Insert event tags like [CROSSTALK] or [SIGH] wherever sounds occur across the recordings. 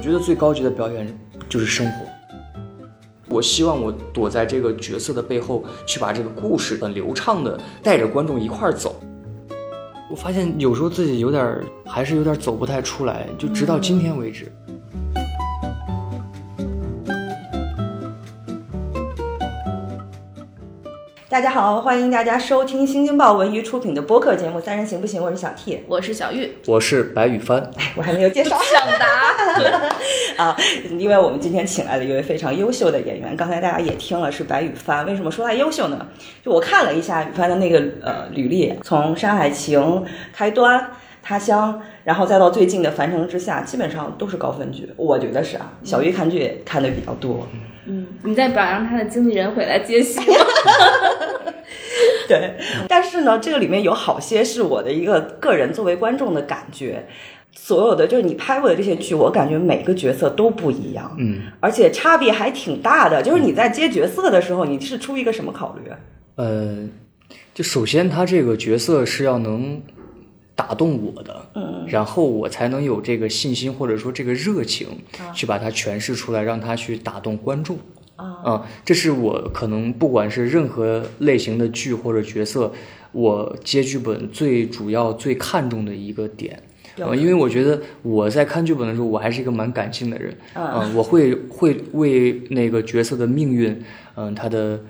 觉得最高级的表演就是生活。我希望我躲在这个角色的背后，去把这个故事很流畅的带着观众一块儿走。我发现有时候自己有点儿，还是有点儿走不太出来，就直到今天为止。大家好，欢迎大家收听新京报文娱出品的播客节目《三人行不行》，我是小 T，我是小玉，我是白羽帆，我还没有介 [LAUGHS] 绍想答。啊，因为我们今天请来了一位非常优秀的演员，刚才大家也听了是白羽帆，为什么说他优秀呢？就我看了一下羽帆的那个呃履历，从《山海情》开端。他乡，然后再到最近的《樊城之下》，基本上都是高分剧，我觉得是啊。小玉看剧也看的比较多，嗯，你在表扬他的经纪人回来接戏吗？ [LAUGHS] 对，但是呢，这个里面有好些是我的一个个人作为观众的感觉。所有的就是你拍过的这些剧，我感觉每个角色都不一样，嗯，而且差别还挺大的。就是你在接角色的时候，你是出于一个什么考虑？呃，就首先他这个角色是要能打动我的，嗯，然后我才能有这个信心或者说这个热情去把它诠释出来，让它去打动观众。啊，这是我可能不管是任何类型的剧或者角色，我接剧本最主要最看重的一个点。呃，因为我觉得我在看剧本的时候，我还是一个蛮感性的人，啊、我会会为那个角色的命运，嗯、他的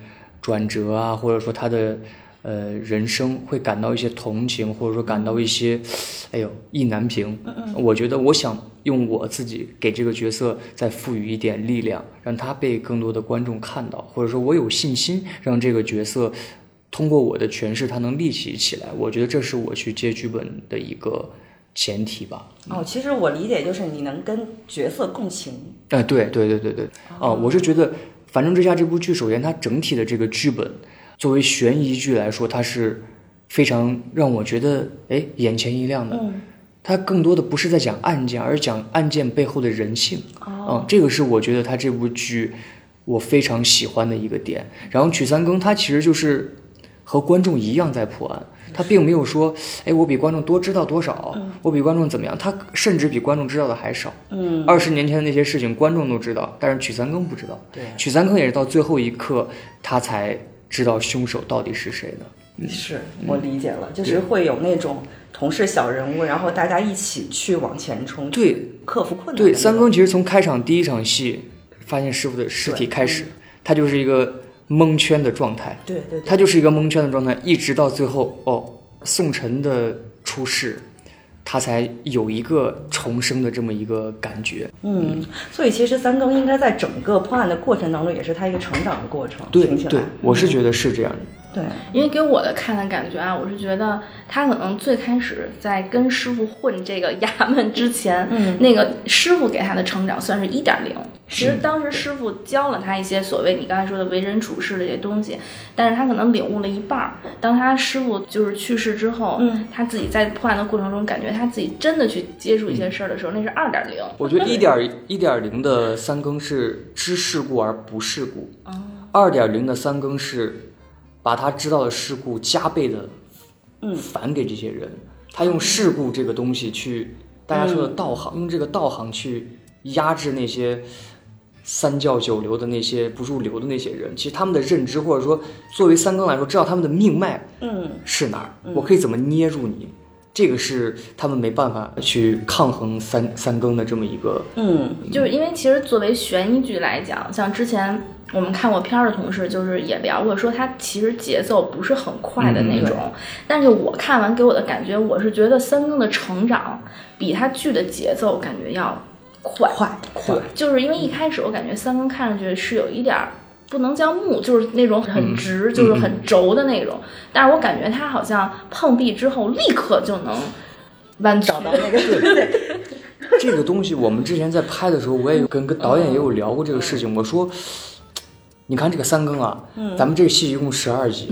转折啊，或者说他的呃人生，会感到一些同情，或者说感到一些，哎呦意难平。我觉得我想用我自己给这个角色再赋予一点力量，让他被更多的观众看到，或者说我有信心让这个角色。通过我的诠释，他能立体起来，我觉得这是我去接剧本的一个前提吧。哦，其实我理解就是你能跟角色共情，哎、对对对对对，哦、我是觉得《繁城之下》这部剧，首先它整体的这个剧本，作为悬疑剧来说，它是非常让我觉得哎眼前一亮的。它更多的不是在讲案件，而是讲案件背后的人性。哦、这个是我觉得它这部剧我非常喜欢的一个点。然后《曲三更》它其实就是和观众一样在破案，它并没有说哎我比观众多知道多少，我比观众怎么样，它甚至比观众知道的还少。嗯，二十年前的那些事情，观众都知道，但是曲三更不知道。对曲三更也是到最后一刻，他才知道凶手到底是谁的。是嗯我理解了，就是会有那种同是小人物，然后大家一起去往前冲，对去克服困难的那种。对，三更其实从开场第一场戏发现师傅的尸体开始，他就是一个蒙圈的状态，对对对，他就是一个蒙圈的状态，一直到最后哦，宋晨的出世，他才有一个重生的这么一个感觉。嗯，所以其实三更应该在整个破案的过程当中，也是他一个成长的过程。对听起来嗯对，我是觉得是这样的。对， [LAUGHS] 因为给我的看的感觉啊，我是觉得他可能最开始在跟师傅混这个衙门之前，嗯那个师傅给他的成长算是一点零。其嗯实当时师傅教了他一些所谓你刚才说的为人处事的这些东西，但是他可能领悟了一半儿。当他师傅就是去世之后，嗯，他自己在破案的过程中，感觉他自己真的去接触一些事儿的时候，那是二点零。嗯我觉得一点一点零的三更是知世故而不世故，二点零的三更是把他知道的事故加倍的，嗯返给这些人。他用事故这个东西去，大家说的道行，用这个道行去压制那些三教九流的那些不入流的那些人。其实他们的认知，或者说作为三更来说，知道他们的命脉嗯，是哪儿，我可以怎么捏住你。这个是他们没办法去抗衡三三更的这么一 [LAUGHS] 个嗯，就是因为其实作为悬疑剧来讲，像之前我们看过片儿的同事，就是也聊过，说它其实节奏不是很快的那嗯种。但是我看完给我的感觉，我是觉得三更的成长比他剧的节奏感觉要快。快对，就是因为一开始我感觉三更看上去是有一点儿不能叫木，就是那种很嗯直，就是很轴的那种。但是我感觉他好像碰壁之后立刻就能弯曲找。到那个 [LAUGHS] 对对，这个东西，我们之前在拍的时候，我也有跟跟导演也有聊过这个嗯事情。我说，你看这个三更啊，咱们这个戏一共十二集，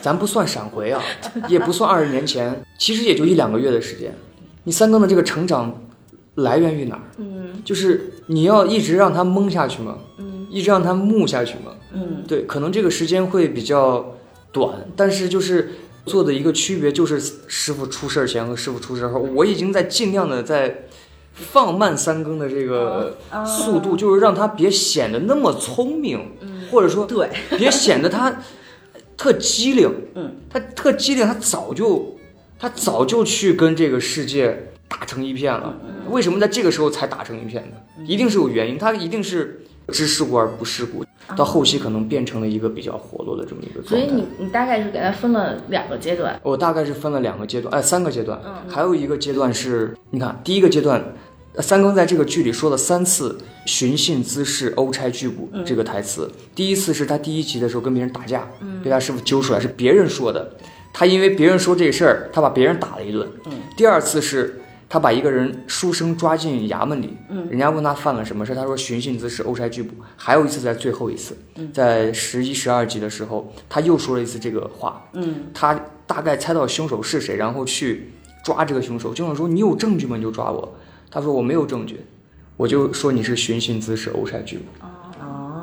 咱不算闪 [LAUGHS] 回啊，也不算二十年前，其实也就一两个月的时间。你三更的这个成长来源于哪儿？嗯就是你要一直让他蒙下去吗？嗯，一直让他木下去吗？嗯，对，可能这个时间会比较短，但是就是做的一个区别就是师傅出事儿前和师傅出事儿后，我已经在尽量的在放慢三更的这个速度，就是让他别显得那么聪明，或者说对，别显得他特机灵。嗯，他特机灵，他早就他早就去跟这个世界打成一片了。为什么在这个时候才打成一片呢？一定是有原因，他一定是知世故而不世故，到后期可能变成了一个比较活络的这么一个所状以态。你你大概是给它分了两个阶段，我大概是分了两个阶段，哎，三个阶段，还有一个阶段是，你看第一个阶段，呃三更在这个剧里说了三次“寻衅滋事，殴拆拒捕”这个台词。第一次是他第一集的时候跟别人打架，被他师傅揪出来，是别人说的，他因为别人说这事儿，他把别人打了一顿。第二次是。他把一个人书生抓进衙门里，人家问他犯了什么事，他说寻衅滋事、殴拆拒捕。还有一次在最后一次，在十一、十二集的时候，他又说了一次这个话，他大概猜到凶手是谁，然后去抓这个凶手。凶手说：“你有证据吗？你就抓我。”他说：“我没有证据，我就说你是寻衅滋事、殴杀拒捕。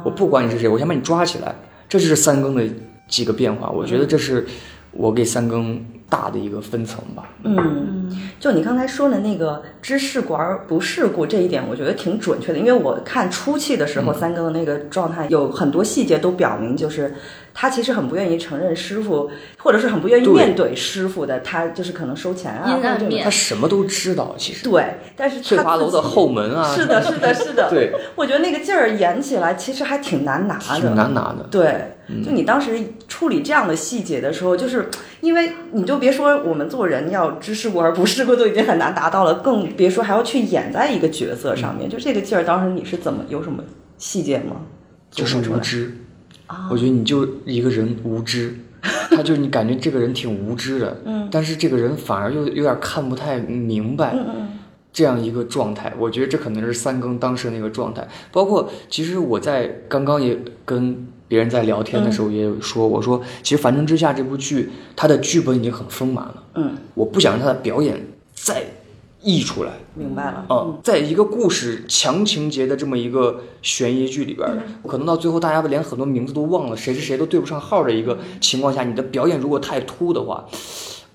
我不管你是谁，我先把你抓起来。”这就是三更的几个变化，我觉得这是我给三更大的一个分层吧。嗯，就你刚才说的那个知世故而不世故这一点，我觉得挺准确的，因为我看初期的时候，三哥的那个状态有很多细节都表明，就是他其实很不愿意承认师傅，或者是很不愿意对面对师傅的，他就是可能收钱啊，阴或者暗这种面他什么都知道，其实对，但是他翠华楼的自己后门啊，是的，是的，是 [LAUGHS] 的，对，我觉得那个劲儿演起来其实还挺难拿的，挺难拿的。嗯对，就你当时处理这样的细节的时候，就是因为你就别说我们做人要知世故而不世故都已经很难达到了，更别说还要去演在一个角色上嗯面。就这个劲儿，当时你是怎么有什么细节吗？就是琢磨出无来啊知。我觉得你就一个人无知，他就你感觉这个人挺无知 [LAUGHS] 的，嗯但是这个人反而又有点看不太明白，嗯这样一个状态，我觉得这可能是三更当时那个状态。包括其实我在刚刚也跟别人在聊天的时嗯候也有说，我说其实《繁城之下》这部剧，它的剧本已经很丰满了，嗯，我不想让它的表演再溢出来，明白了，啊，在一个故事强情节的这么一个悬疑剧里边儿，可能到最后大家连很多名字都忘了，谁是谁都对不上号的一个情况下，你的表演如果太突的话，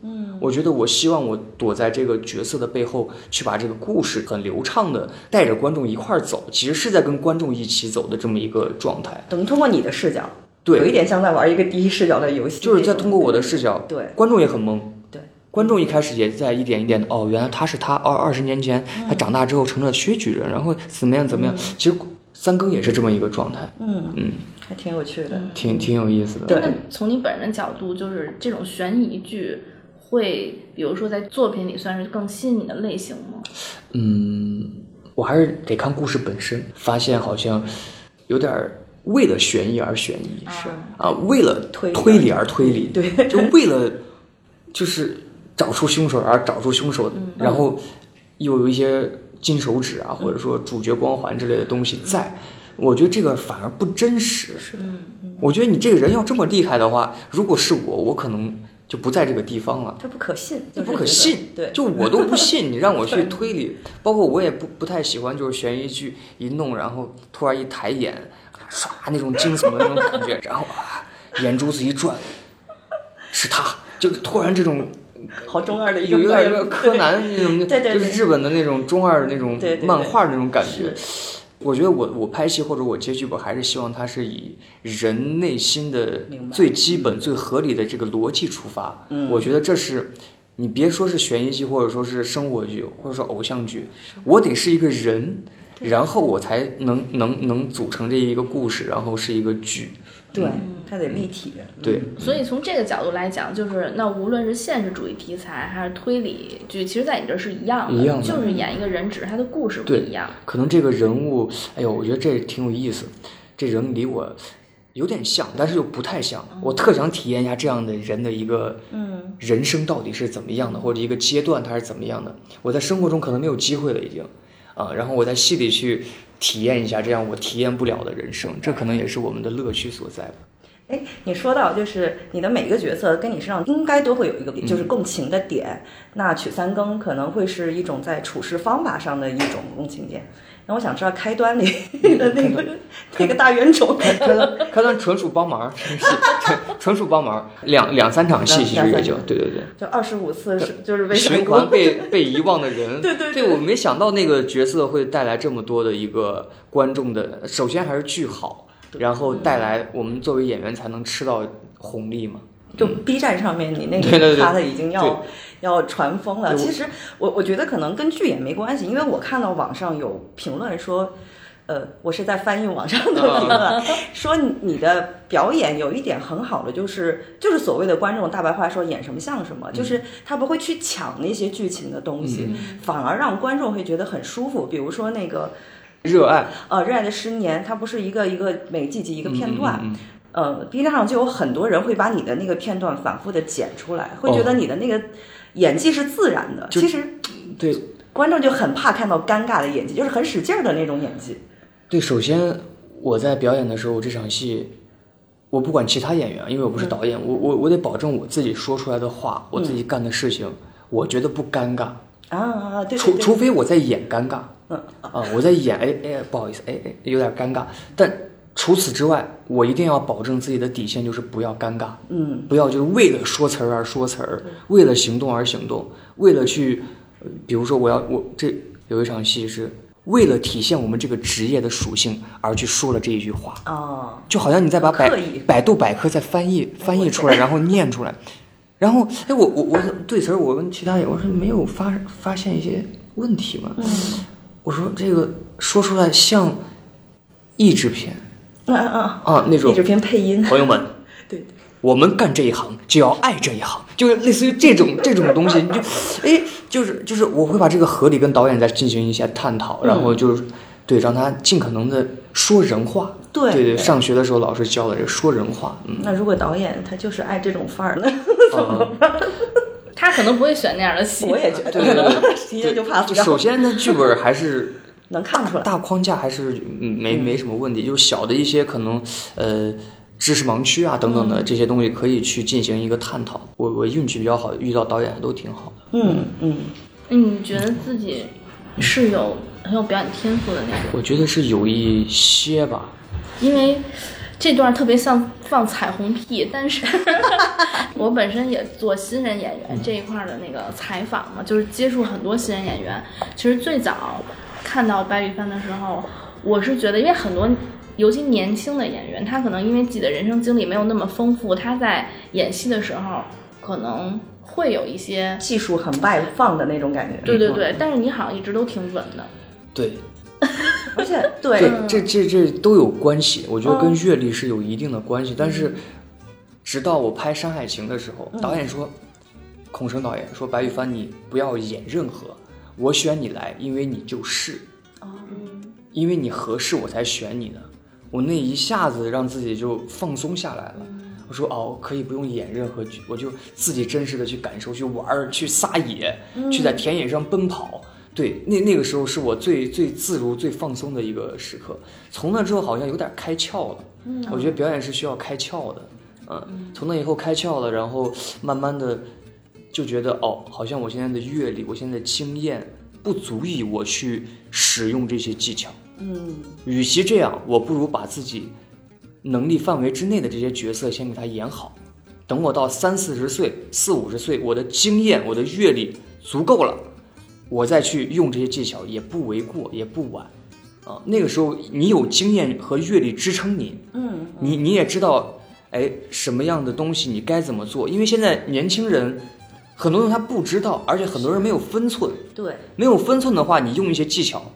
嗯，我觉得我希望我躲在这个角色的背后，去把这个故事很流畅的带着观众一块儿走，其实是在跟观众一起走的这么一个状态。等于通过你的视角，有一对，点像在玩一个第一视角的游戏，就是在通过我的视角，对观众也很懵，对。观众一开始也在一点一点的哦，原来他是他二二十年前，嗯他长大之后成了薛举人，然后怎么样怎么样。其实三更也是这么一个状态，嗯嗯，还挺有趣的。挺挺有意思的。对那从你本人的角度，就是这种悬疑剧会，比如说在作品里算是更吸引你的类型吗？嗯，我还是得看故事本身，发现好像有点儿为了悬疑而悬疑，是啊，为了推理推理而推理，对就为了就是找出凶手而找出凶手，嗯然后又有一些金手指啊，或者说主角光环之类的东西在，我觉得这个反而不真实。是的，我觉得你这个人要这么厉害的话，如果是我，我可能就不在这个地方了。他不可信，就就是不可觉得信，对，就我都不信，你让 [LAUGHS] 我去推理，包括我也不不太喜欢，就是悬疑剧一弄，然后突然一抬眼，唰那种惊悚的那种感觉，然后啊，眼珠子一转，是他，就突然这种好中二的一个有有点有怪点物柯南那种，对对对就是日本的那种中二的那种对对对漫画的那种感觉。我觉得我我拍戏或者我接剧本，还是希望它是以人内心的明白最基本、最合理的这个逻辑出发。嗯我觉得这是你别说是悬疑剧，或者说是生活剧，或者说偶像剧，我得是一个人，然后我才能能能组成这一个故事，然后是一个剧。对，他得立体，嗯对，所以从这个角度来讲，就是那无论是现实主义题材还是推理剧，其实在你这儿是一样的，一样的就是演一个人，只是他的故事不对一样。可能这个人物，哎呦，我觉得这挺有意思，这人离我有点像，但是又不太像。我特想体验一下这样的人的一个，嗯，人生到底是怎么样的，或者一个阶段他是怎么样的。我在生活中可能没有机会了，已经，啊，然后我在戏里去体验一下这样我体验不了的人生，这可能也是我们的乐趣所在吧。哎，你说到就是你的每个角色跟你身上应该都会有一个就是嗯共情的点，那曲三更可能会是一种在处事方法上的一种共情点。那我想知道开端里 [LAUGHS] 的那个那个大冤嗯种，开端开端纯属帮忙， [LAUGHS] 真是纯纯属帮忙，两两三场戏其实也就两三场对对对。就二十五次是就是 [LAUGHS] 为什循么环被被遗忘的人，对对对我没想到那个角色会带来这么多的一个观众的，首先还是剧好，然后带嗯来我们作为演员才能吃到红利嘛。就 B 站上面你那嗯对对个对他的已经对要要传疯了。对我其实我我觉得可能跟剧也没关系，因为我看到网上有评论说，呃，我是在翻译网上的啊评论，说你的表演有一点很好的就是就是所谓的观众大白话说演什么像什嗯么，就是他不会去抢那些剧情的东西，嗯反而让观众会觉得很舒服。比如说那个热爱呃，《热爱的十年》，它不是一个一个每季集一个片段，嗯嗯嗯呃，B 站上就有很多人会把你的那个片段反复的剪出来，会哦觉得你的那个演技是自然的。就其实嗯对观众就很怕看到尴尬的演技，就是很使劲儿的那种演技。对，首先我在表演的时候，我这场戏，我不管其他演员，因为我不是嗯导演，我我我得保证我自己说出来的话，我自己干的事情，我觉得不尴尬，啊啊，对对除对，除非我在演尴尬，嗯啊，我在演，哎哎，不好意思，哎哎，有点尴尬。但除此之外，我一定要保证自己的底线就是不要尴尬，嗯，不要就是为了说词儿而说词儿，为了行动而行动，为了去，呃比如说我要我这有一场戏是为了体现我们这个职业的属性而去说了这一句话，啊，就好像你在把百刻意百度百科再翻译翻译 [LAUGHS] 出来，然后念出来。然后，哎，我我我对词儿，我问其他演，我说没有发发现一些问题嗯吗？我说这个说出来像译制片嗯嗯嗯，啊 [LAUGHS] 那那种这。篇配 [LAUGHS] 音，朋友们，对，我们干这一行就要爱这一行，就是类似于这种这种东西，你就，哎，就是就是我会把这个合理跟导演再进行一些探讨，嗯然后就是对让他尽可能的说人话。对对对上学的时候老师教的这个说人话，嗯，那如果导演他就是爱这种范儿呢？嗯他可能不会选那样的戏。 [LAUGHS] 我也觉得，对对对 [LAUGHS] 一眼就 pass 掉，首先呢，剧本还是能看出来。大框架还是嗯没没什么问题，就是小的一些可能呃知识盲区啊等等嗯的这些东西可以去进行一个探讨。我我运气比较好，遇到导演都挺好的。嗯嗯，你觉得自己是有很有表演天赋的那种？我觉得是有一些吧，因为这段特别像放彩虹屁，但是 [LAUGHS] 我本身也做新人演员这一块儿的那个采访嘛，就是接触很多新人演员。其实最早看到白宇帆的时候，我是觉得，因为很多。尤其年轻的演员，他可能因为自己的人生经历没有那么丰富，他在演戏的时候可能会有一些，技术很外放的那种感觉。对对对，但是你好像一直都挺稳的，对而且对对，这这这都有关系，我觉得跟阅历是有一定的关系。但是直到我拍《山海情》的时候，导演说，孔笙导演说白宇帆你不要演任何，我选你来，因为你就是。因为你合适，我才选你的。我那一下子让自己就放松下来了。我说哦，可以不用演任何剧，我就自己真实的去感受、去玩儿、去撒野、去在田野上奔跑。对，那那个时候是我最最自如、最放松的一个时刻。从那之后，好像有点开窍了。嗯，我觉得表演是需要开窍的。嗯，从那以后开窍了，然后慢慢的就觉得哦，好像我现在的阅历，我现在的经验不足以我去使用这些技巧。嗯，与其这样，我不如把自己能力范围之内的这些角色先给他演好。等我到三四十岁、四五十岁，我的经验、我的阅历足够了，我再去用这些技巧也不为过，也不晚。啊，那个时候你有经验和阅历支撑你，嗯，你你也知道，哎，什么样的东西你该怎么做，因为现在年轻人很多人他不知道，而且很多人没有分寸，对，没有分寸的话，你用一些技巧，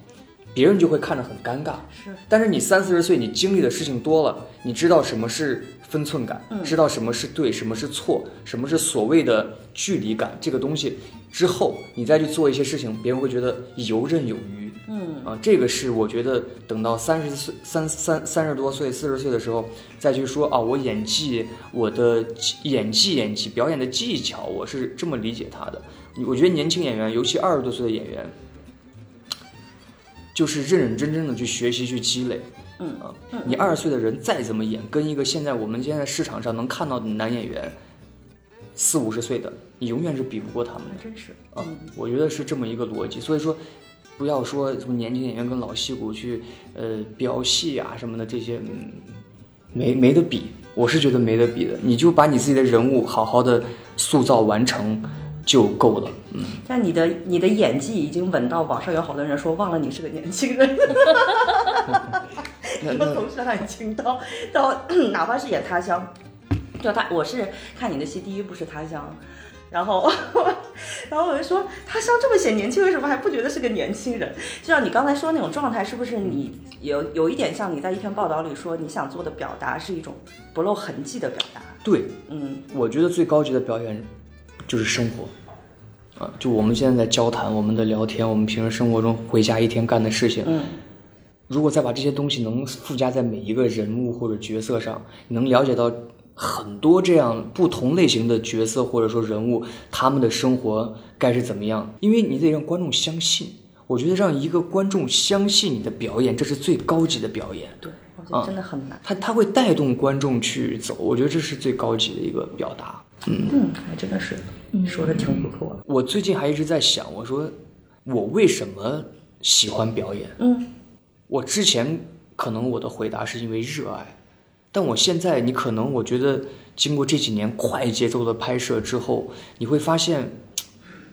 别人就会看着很尴尬。是，但是你三四十岁，你经历的事情多了，你知道什么是分寸感，知道什么是对，什么是错，什么是所谓的距离感这个东西之后，你再去做一些事情，别人会觉得游刃有余。嗯啊，这个是我觉得等到三十岁、三三三十多岁、四十岁的时候，再去说啊，我演技，我的技演技、演技表演的技巧，我是这么理解它的。我觉得年轻演员，尤其二十多岁的演员，就是认认真真的去学习、去积累。嗯，你二十岁的人再怎么演，跟一个现在我们现在市场上能看到的男演员，四五十岁的，你永远是比不过他们的。真是，啊，我觉得是这么一个逻辑。所以说，不要说什么年轻演员跟老戏骨去呃飙戏啊什么的这些，嗯，没没得比。我是觉得没得比的，你就把你自己的人物好好的塑造完成就够了。嗯，但你的你的演技已经稳到网上有好多人说忘了你是个年轻人，那我那从上海情到到 [COUGHS] 哪怕是演他乡，就他我是看你的戏第一部是他乡，然后 [LAUGHS] 然后我就说他乡这么写年轻，为什么还不觉得是个年轻人？就像你刚才说那种状态，是不是你有有一点像你在一篇报道里说你想做的表达是一种不露痕迹的表达？对，嗯我觉得最高级的表演就是生活，啊，就我们现在在交谈、我们的聊天、我们平时生活中回家一天干的事情，嗯如果再把这些东西能附加在每一个人物或者角色上，你能了解到很多这样不同类型的角色或者说人物，他们的生活该是怎么样？因为你得让观众相信。我觉得让一个观众相信你的表演，这是最高级的表演。对，我觉得真的很难。他他会带动观众去走，我觉得这是最高级的一个表达。嗯，还真的是说的挺不错的。我最近还一直在想，我说我为什么喜欢表演？嗯，我之前可能我的回答是因为热爱，但我现在你可能我觉得经过这几年快节奏的拍摄之后，你会发现，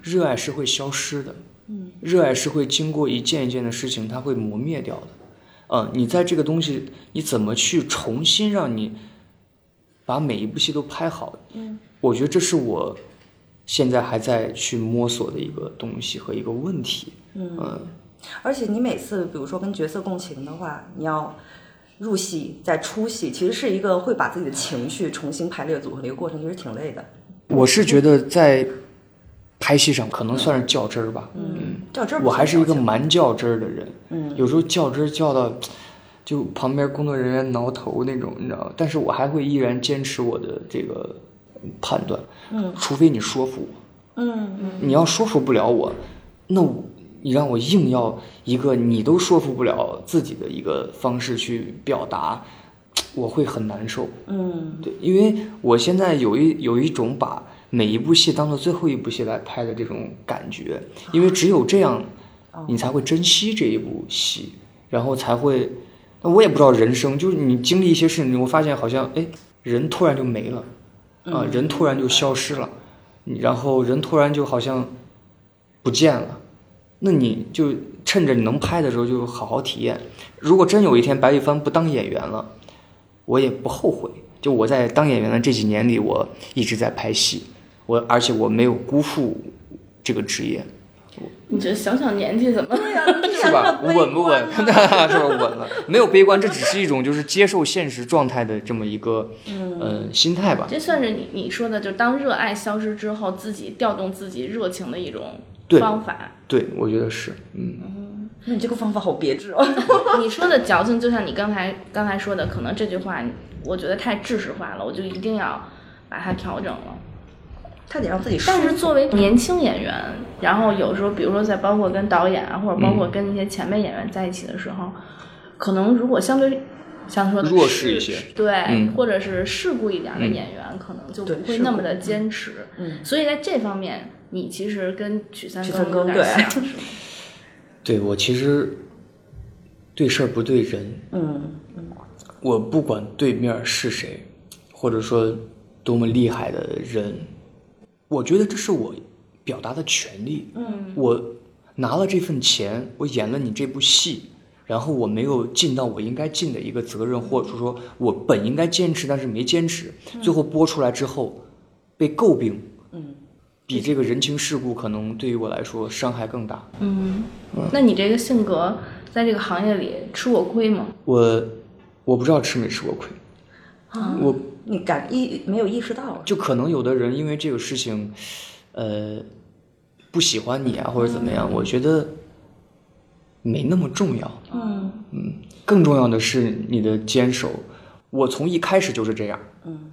热爱是会消失的，嗯，热爱是会经过一件一件的事情，它会磨灭掉的。嗯，你在这个东西，你怎么去重新让你把每一部戏都拍好？嗯，我觉得这是我现在还在去摸索的一个东西和一个问题。嗯而且你每次比如说跟角色共情的话，你要入戏再出戏，其实是一个会把自己的情绪重新排列组合的一个过程，其实挺累的。我是觉得在拍戏上可能算是较真儿吧，嗯，较真儿不我还是一个算蛮较真儿的人，嗯，有时候较真儿较到就旁边工作人员挠头那种，你知道吗？但是我还会依然坚持我的这个判断，嗯，除非你说服我，较真儿，嗯嗯，你要说服不了我，那我你让我硬要一个你都说服不了自己的一个方式去表达，我会很难受。嗯对，因为我现在有一有一种把每一部戏当做最后一部戏来拍的这种感觉，因为只有这样，你才会珍惜这一部戏，然后才会。那我也不知道人生，就是你经历一些事情，你会发现好像哎，人突然就没了，啊、人突然就消失了，你然后人突然就好像不见了。那你就趁着你能拍的时候就好好体验。如果真有一天白玉帆不当演员了，我也不后悔。就我在当演员的这几年里，我一直在拍戏，我而且我没有辜负这个职业，你这小小年纪怎么？对呀、啊，你 [LAUGHS] 是 [LAUGHS] 吧？稳不稳？ [LAUGHS] 是吧？稳了，没有悲观，这只是一种就是接受现实状态的这么一个呃心态吧。这算是你你说的，就当热爱消失之后，自己调动自己热情的一种对方法。对，我觉得是，嗯，那你这个方法好别 [LAUGHS] 致哦。你说的矫情，就像你刚才刚才说的，可能这句话我觉得太知识化了，我就一定要把它调整了。他得让自己舒但是服。作为年轻演员，然后有时候，比如说在包括跟导演啊，或者包嗯括跟一些前辈演员在一起的时候，可能如果相对像说的弱势势一些对，嗯或者是世故一点的演员，可能就对不会世故那么的坚持。嗯所以在这方面，你其实跟许三许三有更点对 [LAUGHS] 像，是吗？对我其实对事儿不对人，嗯我不管对面是谁，或者说多么厉害的人，我觉得这是我表达的权利。嗯，我拿了这份钱，我演了你这部戏，然后我没有尽到我应该尽的一个责任，或者说我本应该坚持，但是没坚持，最后播出来之后被诟病，嗯，比这个人情世故可能对于我来说伤害更大。嗯，那你这个性格在这个行业里吃过亏吗？我我不知道吃没吃过亏，啊我你感意没有意识到，就可能有的人因为这个事情，呃，不喜欢你啊，或者怎么样，我觉得没那么重要。嗯更重要的是你的坚守。我从一开始就是这样，嗯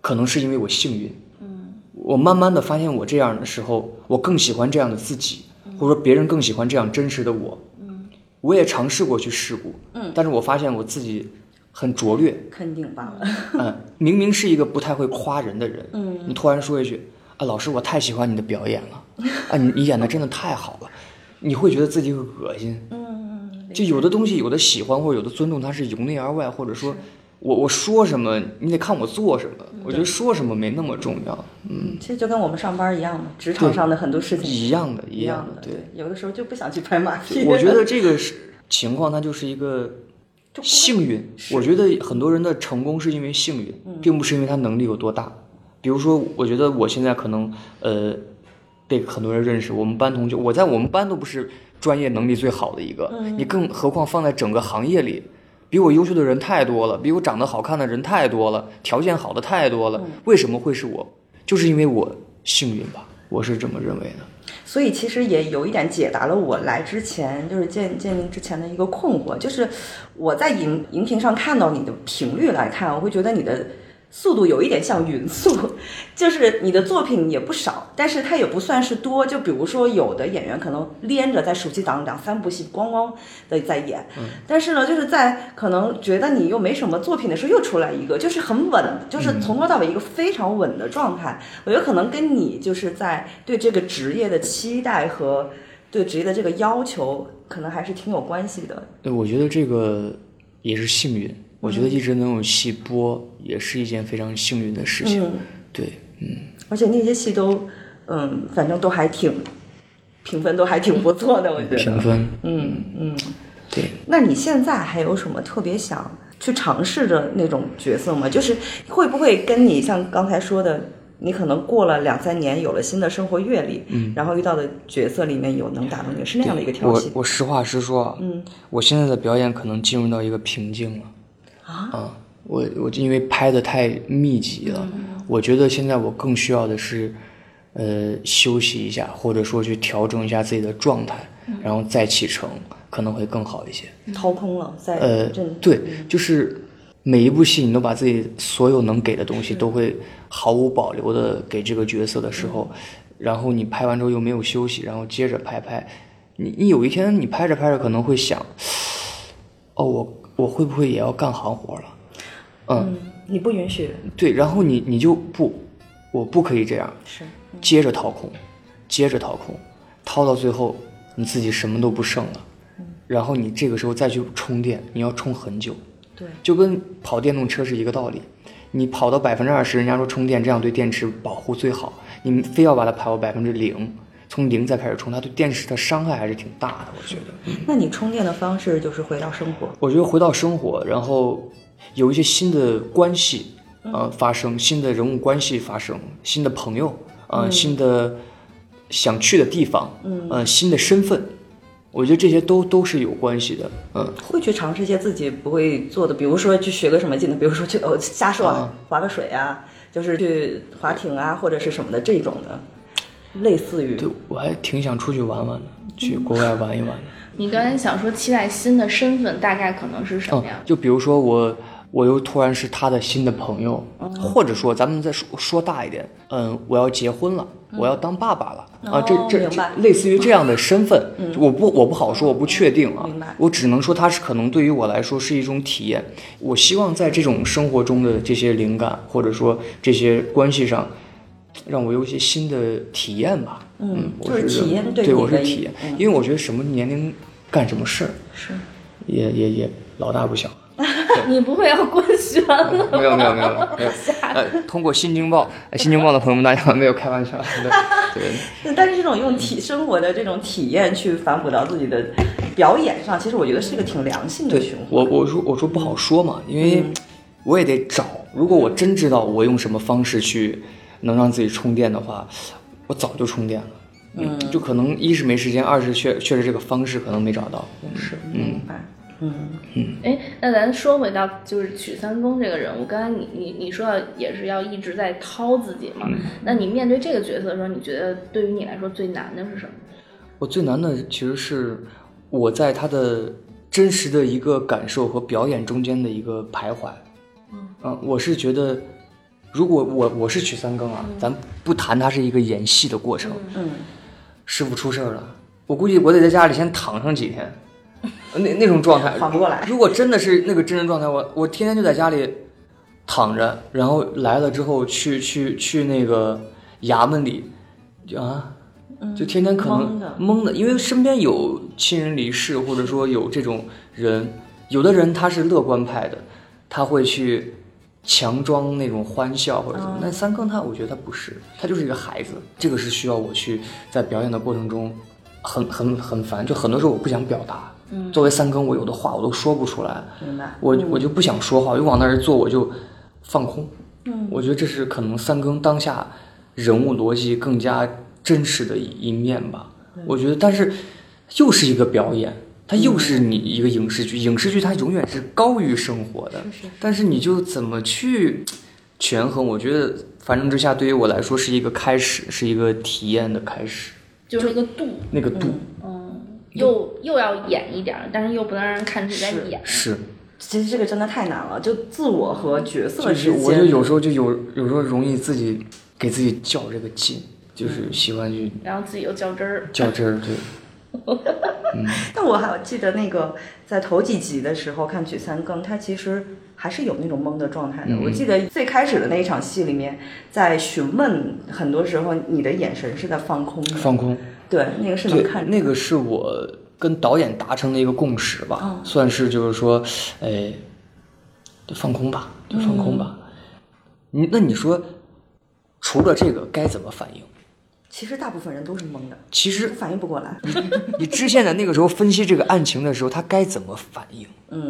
可能是因为我幸运。嗯我慢慢的发现我这样的时候，我更喜欢这样的自己，或者说别人更喜欢这样真实的我。嗯我也尝试过去试过，嗯，但是我发现我自己很拙劣，肯定罢了。嗯，明明是一个不太会夸人的人，嗯，你突然说一句啊，老师，我太喜欢你的表演了，啊，你你演的真的太好了，你会觉得自己恶心，嗯嗯，就有的东西，有的喜欢或者有的尊重，它是由内而外，或者说我我说什么，你得看我做什么。我觉得说什么没那么重要，嗯，嗯其实就跟我们上班一样嘛，职场上的很多事情一样的，一样的。对。，有的时候就不想去拍马 [LAUGHS] 屁。我觉得这个是情况，它就是一个就不幸运。我觉得很多人的成功是因为幸嗯运，并不是因为他能力有多大。比如说，我觉得我现在可能呃被很多人认识，我们班同学，我在我们班都不是专业能力最好的一个，嗯你更何况放在整个行业里。比我优秀的人太多了，比我长得好看的人太多了，条件好的太多嗯了。为什么会是我？就是因为我幸运吧，我是这么认为的。所以其实也有一点解答了我来之前就是见见您之前的一个困惑，就是我在荧荧屏上看到你的频率来看，我会觉得你的速度有一点像匀速， [LAUGHS] 就是你的作品也不少，但是它也不算是多。就比如说有的演员可能连着在暑期档两三部戏咣咣的在演，但是呢，就是在可能觉得你又没什么作品的时候，又出来一个，就是很稳，就是从头到尾一个非常稳的状态。我觉得可能跟你就是在对这个职业的期待和对职业的这个要求，可能还是挺有关系的。对，呃我觉得这个也是幸运。我嗯觉得一直能有戏播，也是一件非常幸运的事情。嗯对，嗯，而且那些戏都，嗯，反正都还挺评分都还挺不错的，我觉评得。分，嗯嗯，对，那你现在还有什么特别想去尝试的那种角色吗？就是会不会跟你像刚才说的，你可能过了两三年，有了新的生活阅历，嗯，然后遇到的角色里面有能打动你，是那样的一个调我戏我实话实说啊，嗯，我现在的表演可能进入到一个瓶颈了。啊？啊，我我因为拍的太密集了，嗯我觉得现在我更需要的是，呃，休息一下，或者说去调整一下自己的状态，嗯然后再启程，可能会更好一些。掏空了，在呃真，对，就是每一部戏你都把自己所有能给的东西都会毫无保留的给这个角色的时候，然后你拍完之后又没有休息，然后接着拍拍，你你有一天你拍着拍着可能会想，哦，我我会不会也要干行活了？呃嗯，你不允许对，然后你你就不，我不可以这样，是接着掏空，接着掏空，掏到最后你自己什么都不剩了，然后你这个时候再去充电，你要充很久。对，就跟跑电动车是一个道理。你跑到百分之二十，人家说充电这样对电池保护最好，你非要把它跑到百分之零，从零再开始充，它对电池的伤害还是挺大的。我觉得，那你充电的方式就是回到生活，我觉得回到生活，然后有一些新的关系，呃，发生新的人物关系发生，新的朋友，呃，新的想去的地方，嗯、呃，新的身份，我觉得这些都都是有关系的，嗯、会去尝试一些自己不会做的，比如说去学个什么技能，比如说去呃瞎说啊，划个水啊，就是去划艇啊，或者是什么的这种的，类似于对我还挺想出去玩玩的，去国外玩一玩的。你刚才想说期待新的身份，大概可能是什嗯么呀，？就比如说我，我又突然是他的新的朋友，哦或者说咱们再说说大一点，嗯，我要结婚了，我要当爸爸了、啊，这哦这明白嗯这类似于这样的身份，我不我不好说，我不确定啊明白，我只能说它是可能对于我来说是一种体验。我希望在这种生活中的这些灵感，或者说这些关系上。让我有一些新的体验吧，嗯，我就是这体验么对对你我的是一嗯体验，因为我觉得什么年龄干什么事儿，是也也也老大不小。你不会要 [LAUGHS] 官宣了？没有没有没有没有，呃，通过新京报，呃新京报的朋友们，大家没有开玩笑，对对，那但是这种用体生活的这种体验去反哺到自己的表演上，其实我觉得是一个挺良性的对循环。我我说我说不好说嘛，因为我也得找。如果我真知道我用什么方式去能让自己充电的话，我早就充电了。嗯，就可能一是没时间，二是确确实这个方式可能没找到。是明白，嗯，哎，那咱说回到就是曲三公这个人物，刚才你你你说要也是要一直在掏自己嘛？那你面对这个角色的时候，你觉得对于你来说最难的是什么？我最难的其实是我在他的真实的一个感受和表演中间的一个徘徊。嗯、我是觉得，如果我我是曲三更啊，咱不谈他是一个演戏的过程。嗯，师傅出事儿了，我估计我得在家里先躺上几天，那那种状态缓不过来如果真的是那个真人状态，我我天天就在家里躺着，然后来了之后去去去那个衙门里，就啊，就天天可嗯懵能的懵的，因为身边有亲人离世，或者说有这种人，有的人他是乐观派的，他会去。强装那种欢笑或者嗯怎么，那三更他我觉得他不是，他就是一个孩子，这个是需要我去在表演的过程中很很很烦，就很多时候我不想表达。嗯，作为三更，我有的话我都说不出来，明白？我我就不想说话，我就往那儿一坐，我就放空。嗯，我觉得这是可能三更当下人物逻辑更加真实的一一面吧。我觉得，但是又是一个表演，它又是你一个影视剧，影视剧它永远是高于生活的，但是你就怎么去权衡？我觉得《繁城之下》对于我来说是一个开始，是一个体验的开始，就是那个度，那个度。嗯，又又要演一点儿，但是又不能让人看出来在演。是，其实这个真的太难了，就自我和角色就之是间，我就有时候就有有时候容易自己给自己较这个劲，嗯就是喜欢去然后自己又较真儿，较真儿，对， [LAUGHS] 但我还记得那个在头几集的时候看《举三更》，他其实还是有那种懵的状态的。嗯我记得最开始的那一场戏里面，在询问，很多时候你的眼神是在放空的，放空。对，那个是能对，看出那个是我跟导演达成的一个共识吧，嗯算是就是说，哎，就放空吧，就放空吧。嗯你那你说，除了这个该怎么反应？其实大部分人都是懵的，其实反应不过来。你知县在那个时候分析这个案情的时候，他该怎么反应？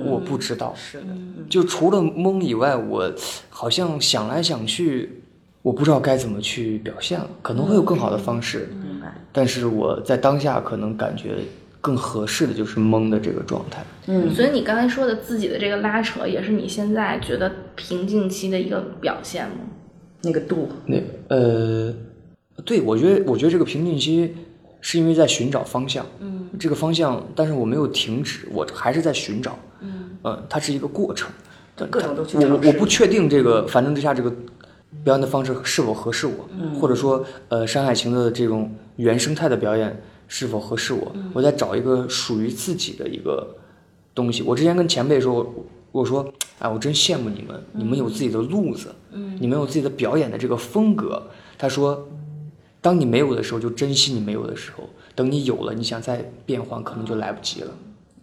我不知道。嗯是的，嗯就除了懵以外，我好像想来想去，我不知道该怎么去表现了，可能会有更好的方式。嗯明白。但是我在当下可能感觉更合适的就是懵的这个状态。嗯所以你刚才说的自己的这个拉扯，也是你现在觉得瓶颈期的一个表现吗？ [LAUGHS] 那个度，那呃，对我觉得，我觉得这个瓶颈期是因为在寻找方向，嗯，这个方向，但是我没有停止，我还是在寻找，嗯，呃，它是一个过程，但各种都去我尝我试不确定这个《繁城之下》这个表演的方式是否合适我，嗯或者说呃《山海情》的这种原生态的表演是否合适我，嗯我在找一个属于自己的一个东西。我之前跟前辈说，我我说，哎，我真羡慕你们，嗯你们有自己的路子，嗯，你们有自己的表演的这个风格。他说，当你没有的时候，就珍惜你没有的时候；等你有了，你想再变换，可能就来不及了，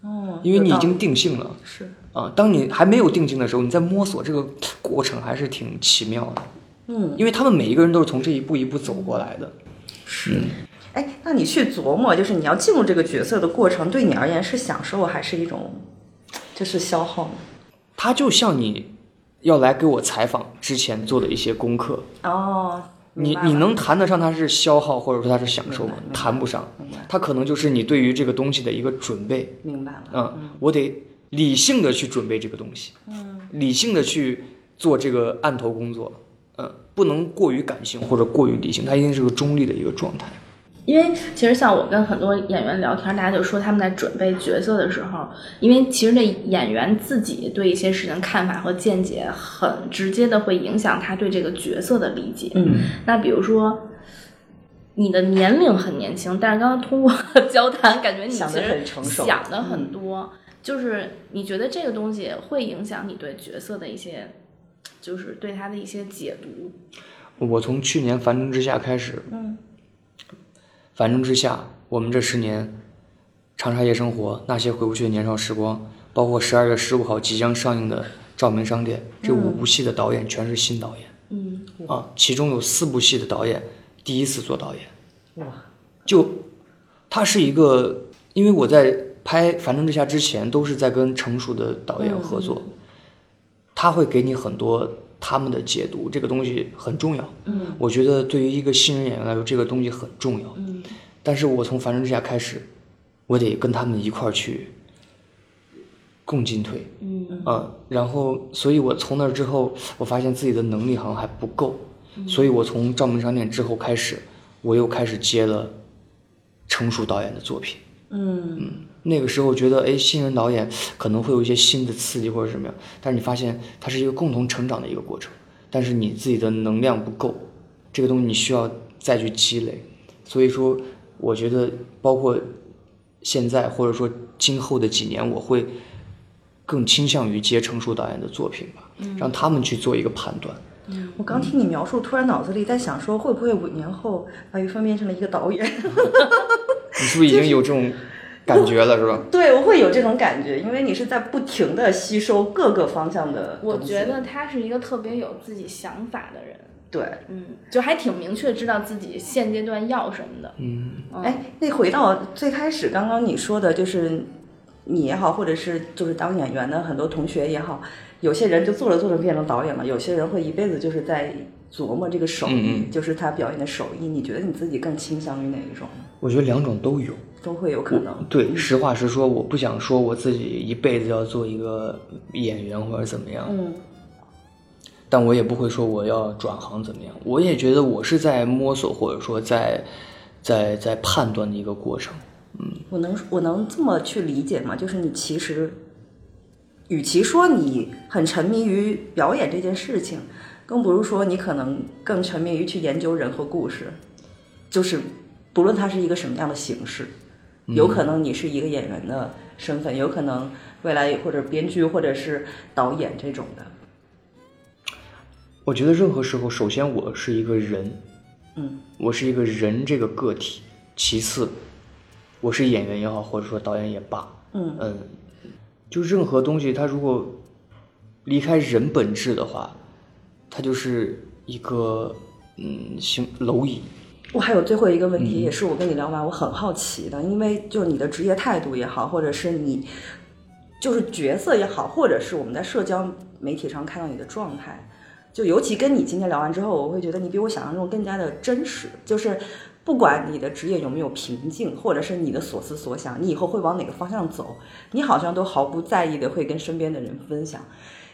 哦因为你已有道经理定性了。是。啊，当你还没有定性的时候，你在摸索这个过程还是挺奇妙的。嗯，因为他们每一个人都是从这一步一步走过来的。哎，那你去琢磨，就是你要进入这个角色的过程，对你而言是享受还是一种，就是消耗呢？他就像你要来给我采访之前做的一些功课，哦，明你白你了能谈得上它是消耗或者说它是享受吗？谈不上，它可能就是你对于这个东西的一个准备。明白了。嗯，我得理性的去准备这个东西，嗯，理性的去做这个案头工作，嗯，不能过于感性或者过于理性，它一定是个中立的一个状态。因为其实像我跟很多演员聊天，大家就说他们在准备角色的时候，因为其实这演员自己对一些事情看法和见解，很直接的会影响他对这个角色的理解。嗯，那比如说。你的年龄很年轻，但是刚刚通过 [LAUGHS] 交谈，感觉你想其得很实成熟嗯想的很多，就是你觉得这个东西会影响你对角色的一些，就是对他的一些解读。我从去年《繁城之下》开始，嗯，《繁城之下》，我们这十年，长沙夜生活，那些回不去的年少时光，包括十二月十五号即将上映的《照明商店》，这五部戏的导演全是新导演，嗯，啊，其中有四部戏的导演第一次做导演，哇，就他是一个，因为我在拍《繁城之下》之前都是在跟成熟的导演合作，他会给你很多他们的解读，这个东西很重要。嗯，我觉得对于一个新人演员来说，这个东西很重要。嗯，但是我从《繁城之下》开始，我得跟他们一块儿去共进退。嗯然后，所以我从那之后，我发现自己的能力好像还不够，所以我从照明商店之后开始，我又开始接了成熟导演的作品。嗯，那个时候觉得，哎，新人导演可能会有一些新的刺激或者什么样，但是你发现它是一个共同成长的一个过程，但是你自己的能量不够，这个东西你需要再去积累。所以说，我觉得包括现在或者说今后的几年，我会更倾向于接成熟导演的作品吧，让他们去做一个判断。我刚听你描述，突然脑子里在想说，会不会五年后白玉芬变成了一个导演？你是不是已经有这种感觉了，是吧？ [LAUGHS] 对，我会有这种感觉，因为你是在不停的吸收各个方向的我东西觉得他是一个特别有自己想法的人，对，嗯，就还挺明确知道自己现阶段要什么的。嗯，嗯，哎，那回到最开始刚刚你说的，就是你也好，或者是就是当演员的很多同学也好，有些人就做着做着变成导演了，有些人会一辈子就是在琢磨这个手艺，嗯嗯就是他表演的手艺。你觉得你自己更倾向于哪一种？我觉得两种都有。都会有可能。对，实话实说，我不想说我自己一辈子要做一个演员或者怎么样，嗯但我也不会说我要转行怎么样。我也觉得我是在摸索或者说在在在判断的一个过程。我能我能这么去理解吗？就是你其实，与其说你很沉迷于表演这件事情，更不如说你可能更沉迷于去研究人和故事，就是不论它是一个什么样的形式，有可能你是一个演员的身份，有可能未来或者编剧或者是导演这种的。我觉得任何时候，首先我是一个人，嗯，我是一个人这个个体。其次，我是演员也好，或者说导演也罢，嗯嗯，就任何东西，它如果离开人本质的话，它就是一个嗯，行蝼蚁。我还有最后一个问题，也是我跟你聊完我很好奇的，因为就是你的职业态度也好，或者是你就是角色也好，或者是我们在社交媒体上看到你的状态，就尤其跟你今天聊完之后，我会觉得你比我想象中更加的真实，就是。不管你的职业有没有瓶颈，或者是你的所思所想，你以后会往哪个方向走，你好像都毫不在意的会跟身边的人分享，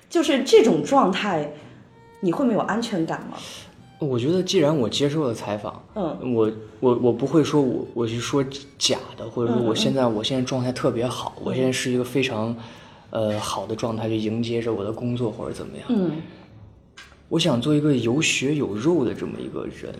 就是这种状态，你会没有安全感吗？我觉得，既然我接受了采访，嗯，我我我不会说我我去说假的，或者说嗯嗯嗯我现在、我现在状态特别好，我现在是一个非常呃好的状态去迎接着我的工作或者怎么样。嗯我想做一个有血有肉的这么一个人，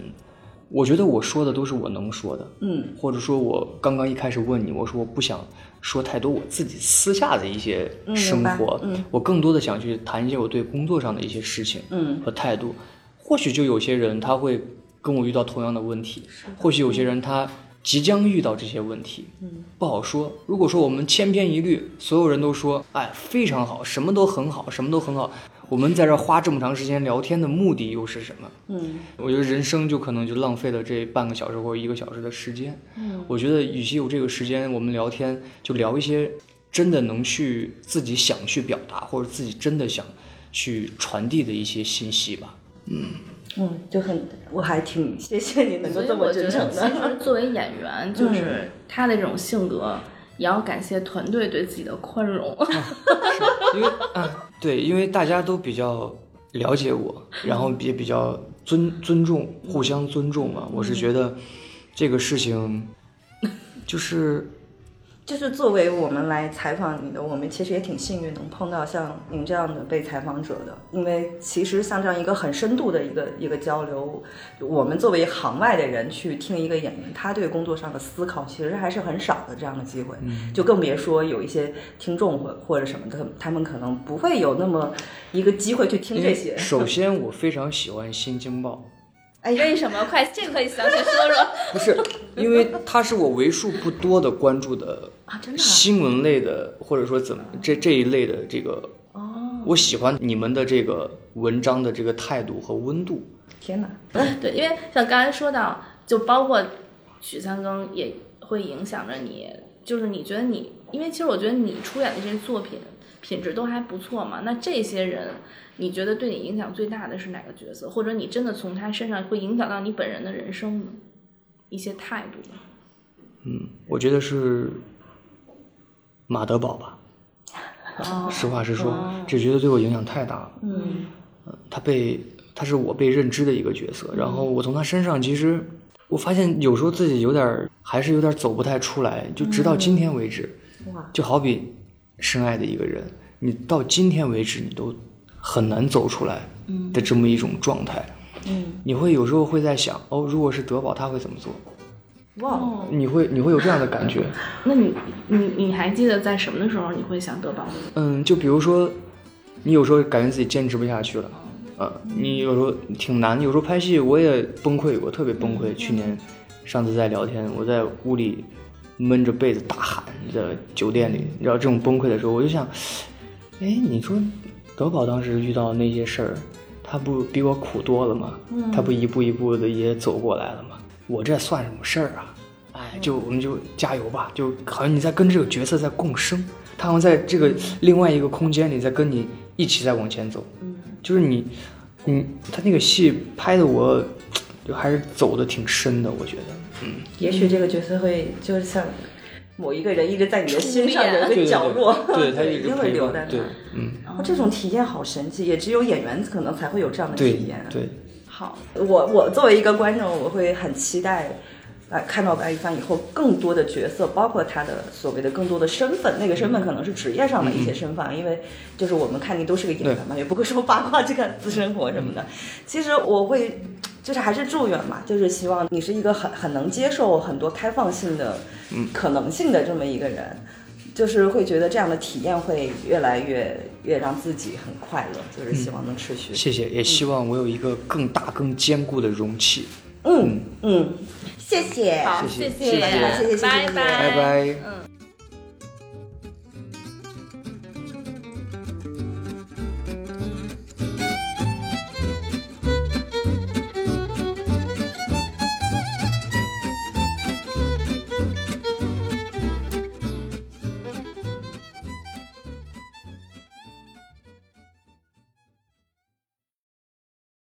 我觉得我说的都是我能说的，嗯，或者说我刚刚一开始问你，我说我不想说太多我自己私下的一些嗯明生白活，嗯我更多的想去谈一些我对工作上的一些事情，嗯和态度。或许就有些人他会跟我遇到同样的问题，或许有些人他即将遇到这些问题，嗯，不好说。如果说我们千篇一律，所有人都说，哎，非常好，什么都很好，什么都很好，我们在这儿花这么长时间聊天的目的又是什么？嗯我觉得人生就可能就浪费了这半个小时或者一个小时的时间。嗯，我觉得与其有这个时间，我们聊天就聊一些真的能去自己想去表达，或者自己真的想去传递的一些信息吧。嗯，就很，我还挺谢谢你能够所以这么我觉真得，诚其的。实作为演员，就是他的这种性格，也要感谢团队对自己的宽容。 [LAUGHS] 因为啊，对，因为大家都比较了解我，然后也比较尊尊重，互相尊重嘛。我是觉得这个事情就是就是作为我们来采访你的，我们其实也挺幸运能碰到像您这样的被采访者的，因为其实像这样一个很深度的一个一个交流，我们作为行外的人去听一个演员他对工作上的思考，其实还是很少的这样的机会，嗯就更别说有一些听众或或者什么的，他们可能不会有那么一个机会去听因这为些。首先我非常喜欢《新京报》。哎呀，什么？快，这个详细说说不是，因为它是我为数不多的关注的啊！真的啊新闻类的，或者说怎么这这一类的这个，哦，我喜欢你们的这个文章的这个态度和温度。天哪！ [LAUGHS] 对，因为像刚才说到，就包括许三更也会影响着你，就是你觉得你，因为其实我觉得你出演的这些作品品质都还不错嘛。那这些人，你觉得对你影响最大的是哪个角色？或者你真的从他身上会影响到你本人的人生呢？一些态度呢？我觉得是马德堡吧，哦实话实说，这角色对我影响太大了。嗯他被他是我被认知的一个角色，然后我从他身上其实我发现有时候自己有点儿还是有点儿走不太出来，就直到今天为止，嗯哇就好比深爱的一个人，你到今天为止你都很难走出来的这么一种状态，嗯你会有时候会在想，哦，如果是德宝他会怎么做？哇，哦，你会你会有这样的感觉。那你你你还记得在什么的时候你会想得保护自己？嗯，就比如说，你有时候感觉自己坚持不下去了，啊，你有时候挺难，有时候拍戏我也崩溃过，特别崩溃。去年上次在聊天，我在屋里闷着被子大喊，在酒店里，你知道这种崩溃的时候，我就想，哎，你说德宝当时遇到那些事儿，他不比我苦多了吗？他不一步一步的也走过来了吗？我这算什么事儿啊？哎，嗯就我们就加油吧，就好像你在跟这个角色在共生，他好像在这个另外一个空间里在跟你一起在往前走。嗯，就是你，你他那个戏拍的我，就还是走的挺深的，我觉得。也许这个角色会就是像某一个人一直在你的心上有一个角落， [LAUGHS] 对对对，对他一一 [LAUGHS] 直定会陪留伴在，那对儿。，嗯，哦这种体验好神奇，也只有演员可能才会有这样的对体验。啊对，好，我我作为一个观众，我会很期待，呃，看到白玉帆以后更多的角色，包括他的所谓的更多的身份，那个身份可能是职业上的一些身份，啊，因为就是我们看你都是个演员嘛，也不会说八卦这个私生活什么的。其实我会。就是还是祝愿嘛，就是希望你是一个很很能接受很多开放性的可能性的这么一个人，就是会觉得这样的体验会越来越越让自己很快乐，就是希望能持续。谢谢，也希望我有一个更大更坚固的容器。嗯嗯，谢谢。好，谢谢谢谢谢谢谢谢谢谢拜拜拜拜嗯。